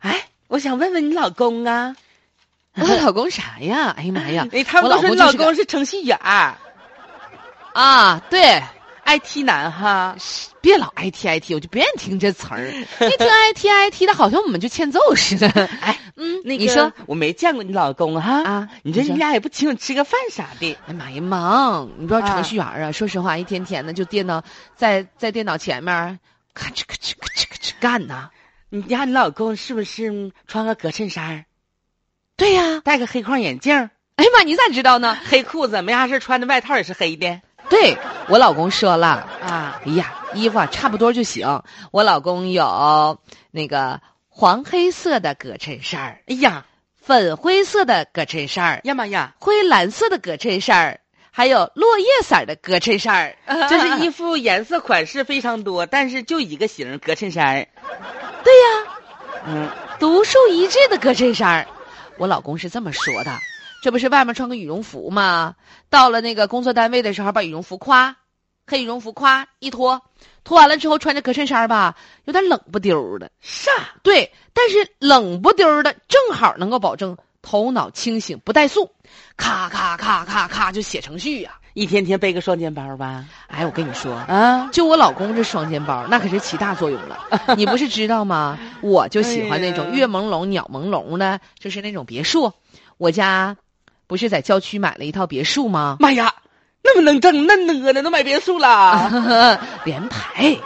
哎我想问问你老公啊，我老公啥呀？哎呀妈呀！哎，他们我都说你就老是个公是程序 员儿，啊，对，爱 t 男哈。是别老 IT IT，我就不愿意听这词 儿，一听 IT IT 的，好像我们就欠揍似的。哎，嗯，那个你说我没见过你老公哈啊你这你你说俩也不请我吃个饭啥的，哎妈呀，忙！你不知道啊程序员啊，说实话，一天天的就电脑在在电脑前面儿咔哧咔哧咔哧咔哧干呐。你家你老公是不是穿个格衬衫儿，对呀、戴个黑框眼镜儿，哎呀妈，你咋知道呢？黑裤子，没啥事儿穿的外套也是黑的对我老公说了，啊？哎呀，衣服啊差不多就行。我老公有那个黄黑色的格衬衫儿，哎呀粉灰色的格衬衫儿，呀妈 呀，灰蓝色的格衬衫儿，还有落叶色儿的格衬衫 儿。这是衣服颜色款式非常多，但是就一个型儿格衬衫儿。对呀、嗯，独树一帜的格衬衫儿。我老公是这么说的，这不是外面穿个羽绒服吗？到了那个工作单位的时候，把羽绒服夸，黑羽绒服夸一脱，脱完了之后穿着格衬衫儿吧，有点冷不丢儿的。啥？对，但是冷不丁儿的，正好能够保证头脑清醒，不怠速，咔咔咔咔咔就写程序呀、一天天背个双肩包吧？哎，我跟你说，啊，就我老公这双肩包，那可是起大作用 了。你不是知道吗？我就喜欢那哎种呀月朦胧、鸟朦胧的，就是那种别墅。我家不是在郊区买了一套别墅吗？ 妈呀，那么能挣，那么能呢，都买别墅了。 联排。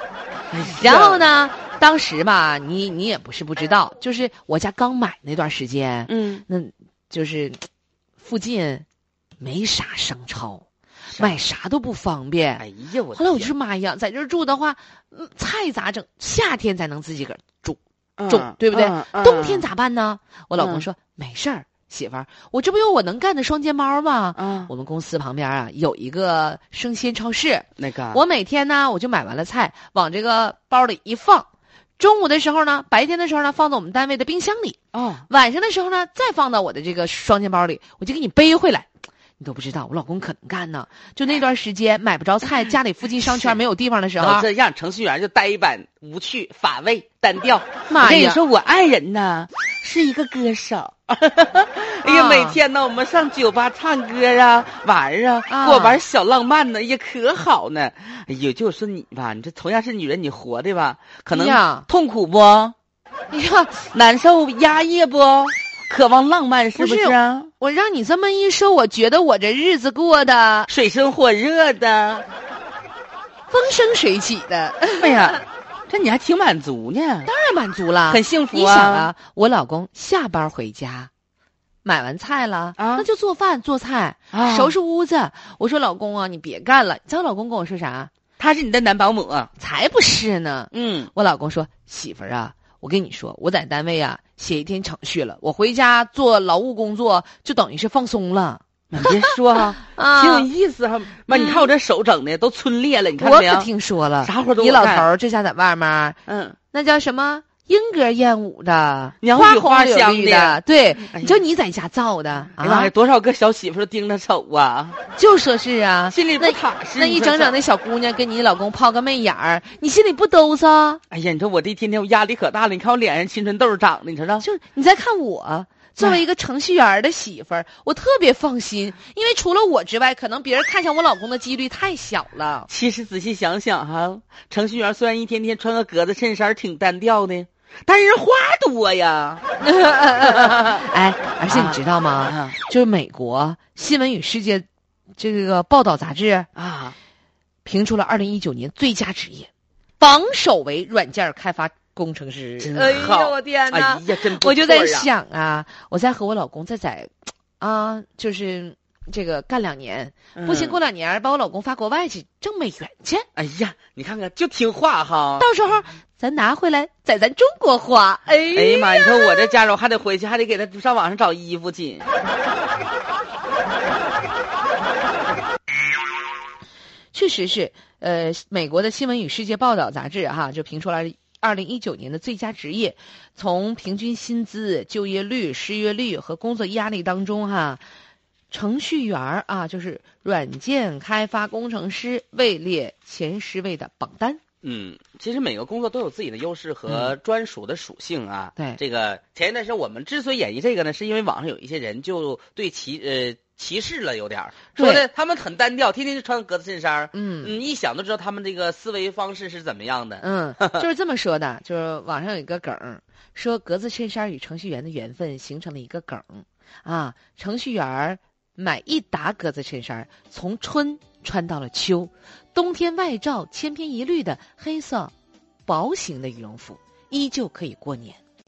然后？呢，当时吧，你你也不是不知道，就是我家刚买那段时间，嗯，那就是附近没啥商超，是买啥都不方便。哎呀，我后来我就天说妈呀，在这儿住的话，嗯，菜咋整？夏天才能自己个儿煮，嗯种对不对嗯嗯冬天咋办呢？我老公嗯说没事儿，媳妇儿，我这不有我能干的双肩包吗？啊？我们公司旁边啊有一个生鲜超市，那个我每天呢我就买完了菜往这个包里一放，中午的时候呢，白天的时候呢放到我们单位的冰箱里，啊，晚上的时候呢，再放到我的这个双肩包里，我就给你背回来。你都不知道，我老公可能干呢。就哎那段时间买不着菜，家里附近商圈没有地方的时候啊老，这样，程序员就呆板、无趣、乏味、单调。我妈跟你呀，说，我爱人呢是一个歌 手，哎呀，啊每天呢我们上酒吧唱歌啊，玩儿啊，啊给我玩小浪漫呢，也可好呢。哎呦，就说你吧，你这同样是女人，你活的吧，可能哎呀痛苦不？哎呀，难受、压抑不？渴望浪漫是不是是啊？我让你这么一说，我觉得我这日子过得水深火热的，风生水起的， 哎呀，这你还挺满足呢，当然满足了。很幸福啊！你想啊，我老公下班回家，买完菜了，啊那就做饭做菜，啊收拾屋子。我说老公啊，你别干了。你知道老公跟我说啥？他是你的男保姆，才不是呢。嗯。我老公说：“媳妇儿啊，我跟你说，我在单位啊写一天程序了，我回家做劳务工作就等于是放松了你别说 啊，啊挺有意思哈、嗯妈，你看我这手整的都皴裂了，你看我没有可？听说了，啥活都你我老干头儿这下在外面儿嗯，那叫什么莺歌燕舞的，鸟语红花柳香绿的的，对，哎呀你就你在家造的哎呀妈啊呀，，多少个小媳妇儿都盯着瞅啊，就说是啊，心里不那踏实。那你一说整这整，那小姑娘跟你老公抛个媚眼儿，你心里不兜着？哎呀，你说我这一天天我压力可大了，你看我脸上青春痘长的，你知道？就是你再看我，作为一个程序员儿的媳妇儿，我特别放心，因为除了我之外，可能别人看上我老公的几率太小了。其实仔细想想哈、程序员虽然一天天穿个格子衬衫儿挺单调的，但是人花多呀。哎，而且你知道吗？啊就是美国《新闻与世界》这个报道杂志啊，评出了二零一九年最佳职业，榜首为软件开发工程师。真哎呀好，我天哎哪！呀，真不我就在错啊，想啊，我在和我老公再在，啊，就是这个干两年，不行，嗯过两年儿把我老公发国外去挣美元去，哎呀，你看看就听话哈。到时候咱拿回来在咱中国花。哦哎，哎呀妈！你说我这家伙还得回去，还得给他上网上找衣服去。确实是，呃，美国的《新闻与世界》报道杂志哈、就评出来二零一九年的最佳职业，从平均薪资、就业率、失业率和工作压力当中哈、程序员儿啊，就是软件开发工程师位列前十位的榜单。嗯，其实每个工作都有自己的优势和专属的属性啊。对这个前一段时间我们之所以演绎这个呢，是因为网上有一些人就对歧呃歧视了，有点儿对说的他们很单调，天天就穿格子衬衫儿，嗯嗯，一想都知道他们这个思维方式是怎么样的。嗯，就是这么说的，就是网上有一个梗儿，说格子衬衫与程序员的缘分形成了一个梗儿啊，程序员儿买一打格子衬衫，从春穿到了秋，冬天外罩千篇一律的黑色薄型的羽绒服，依旧可以过年。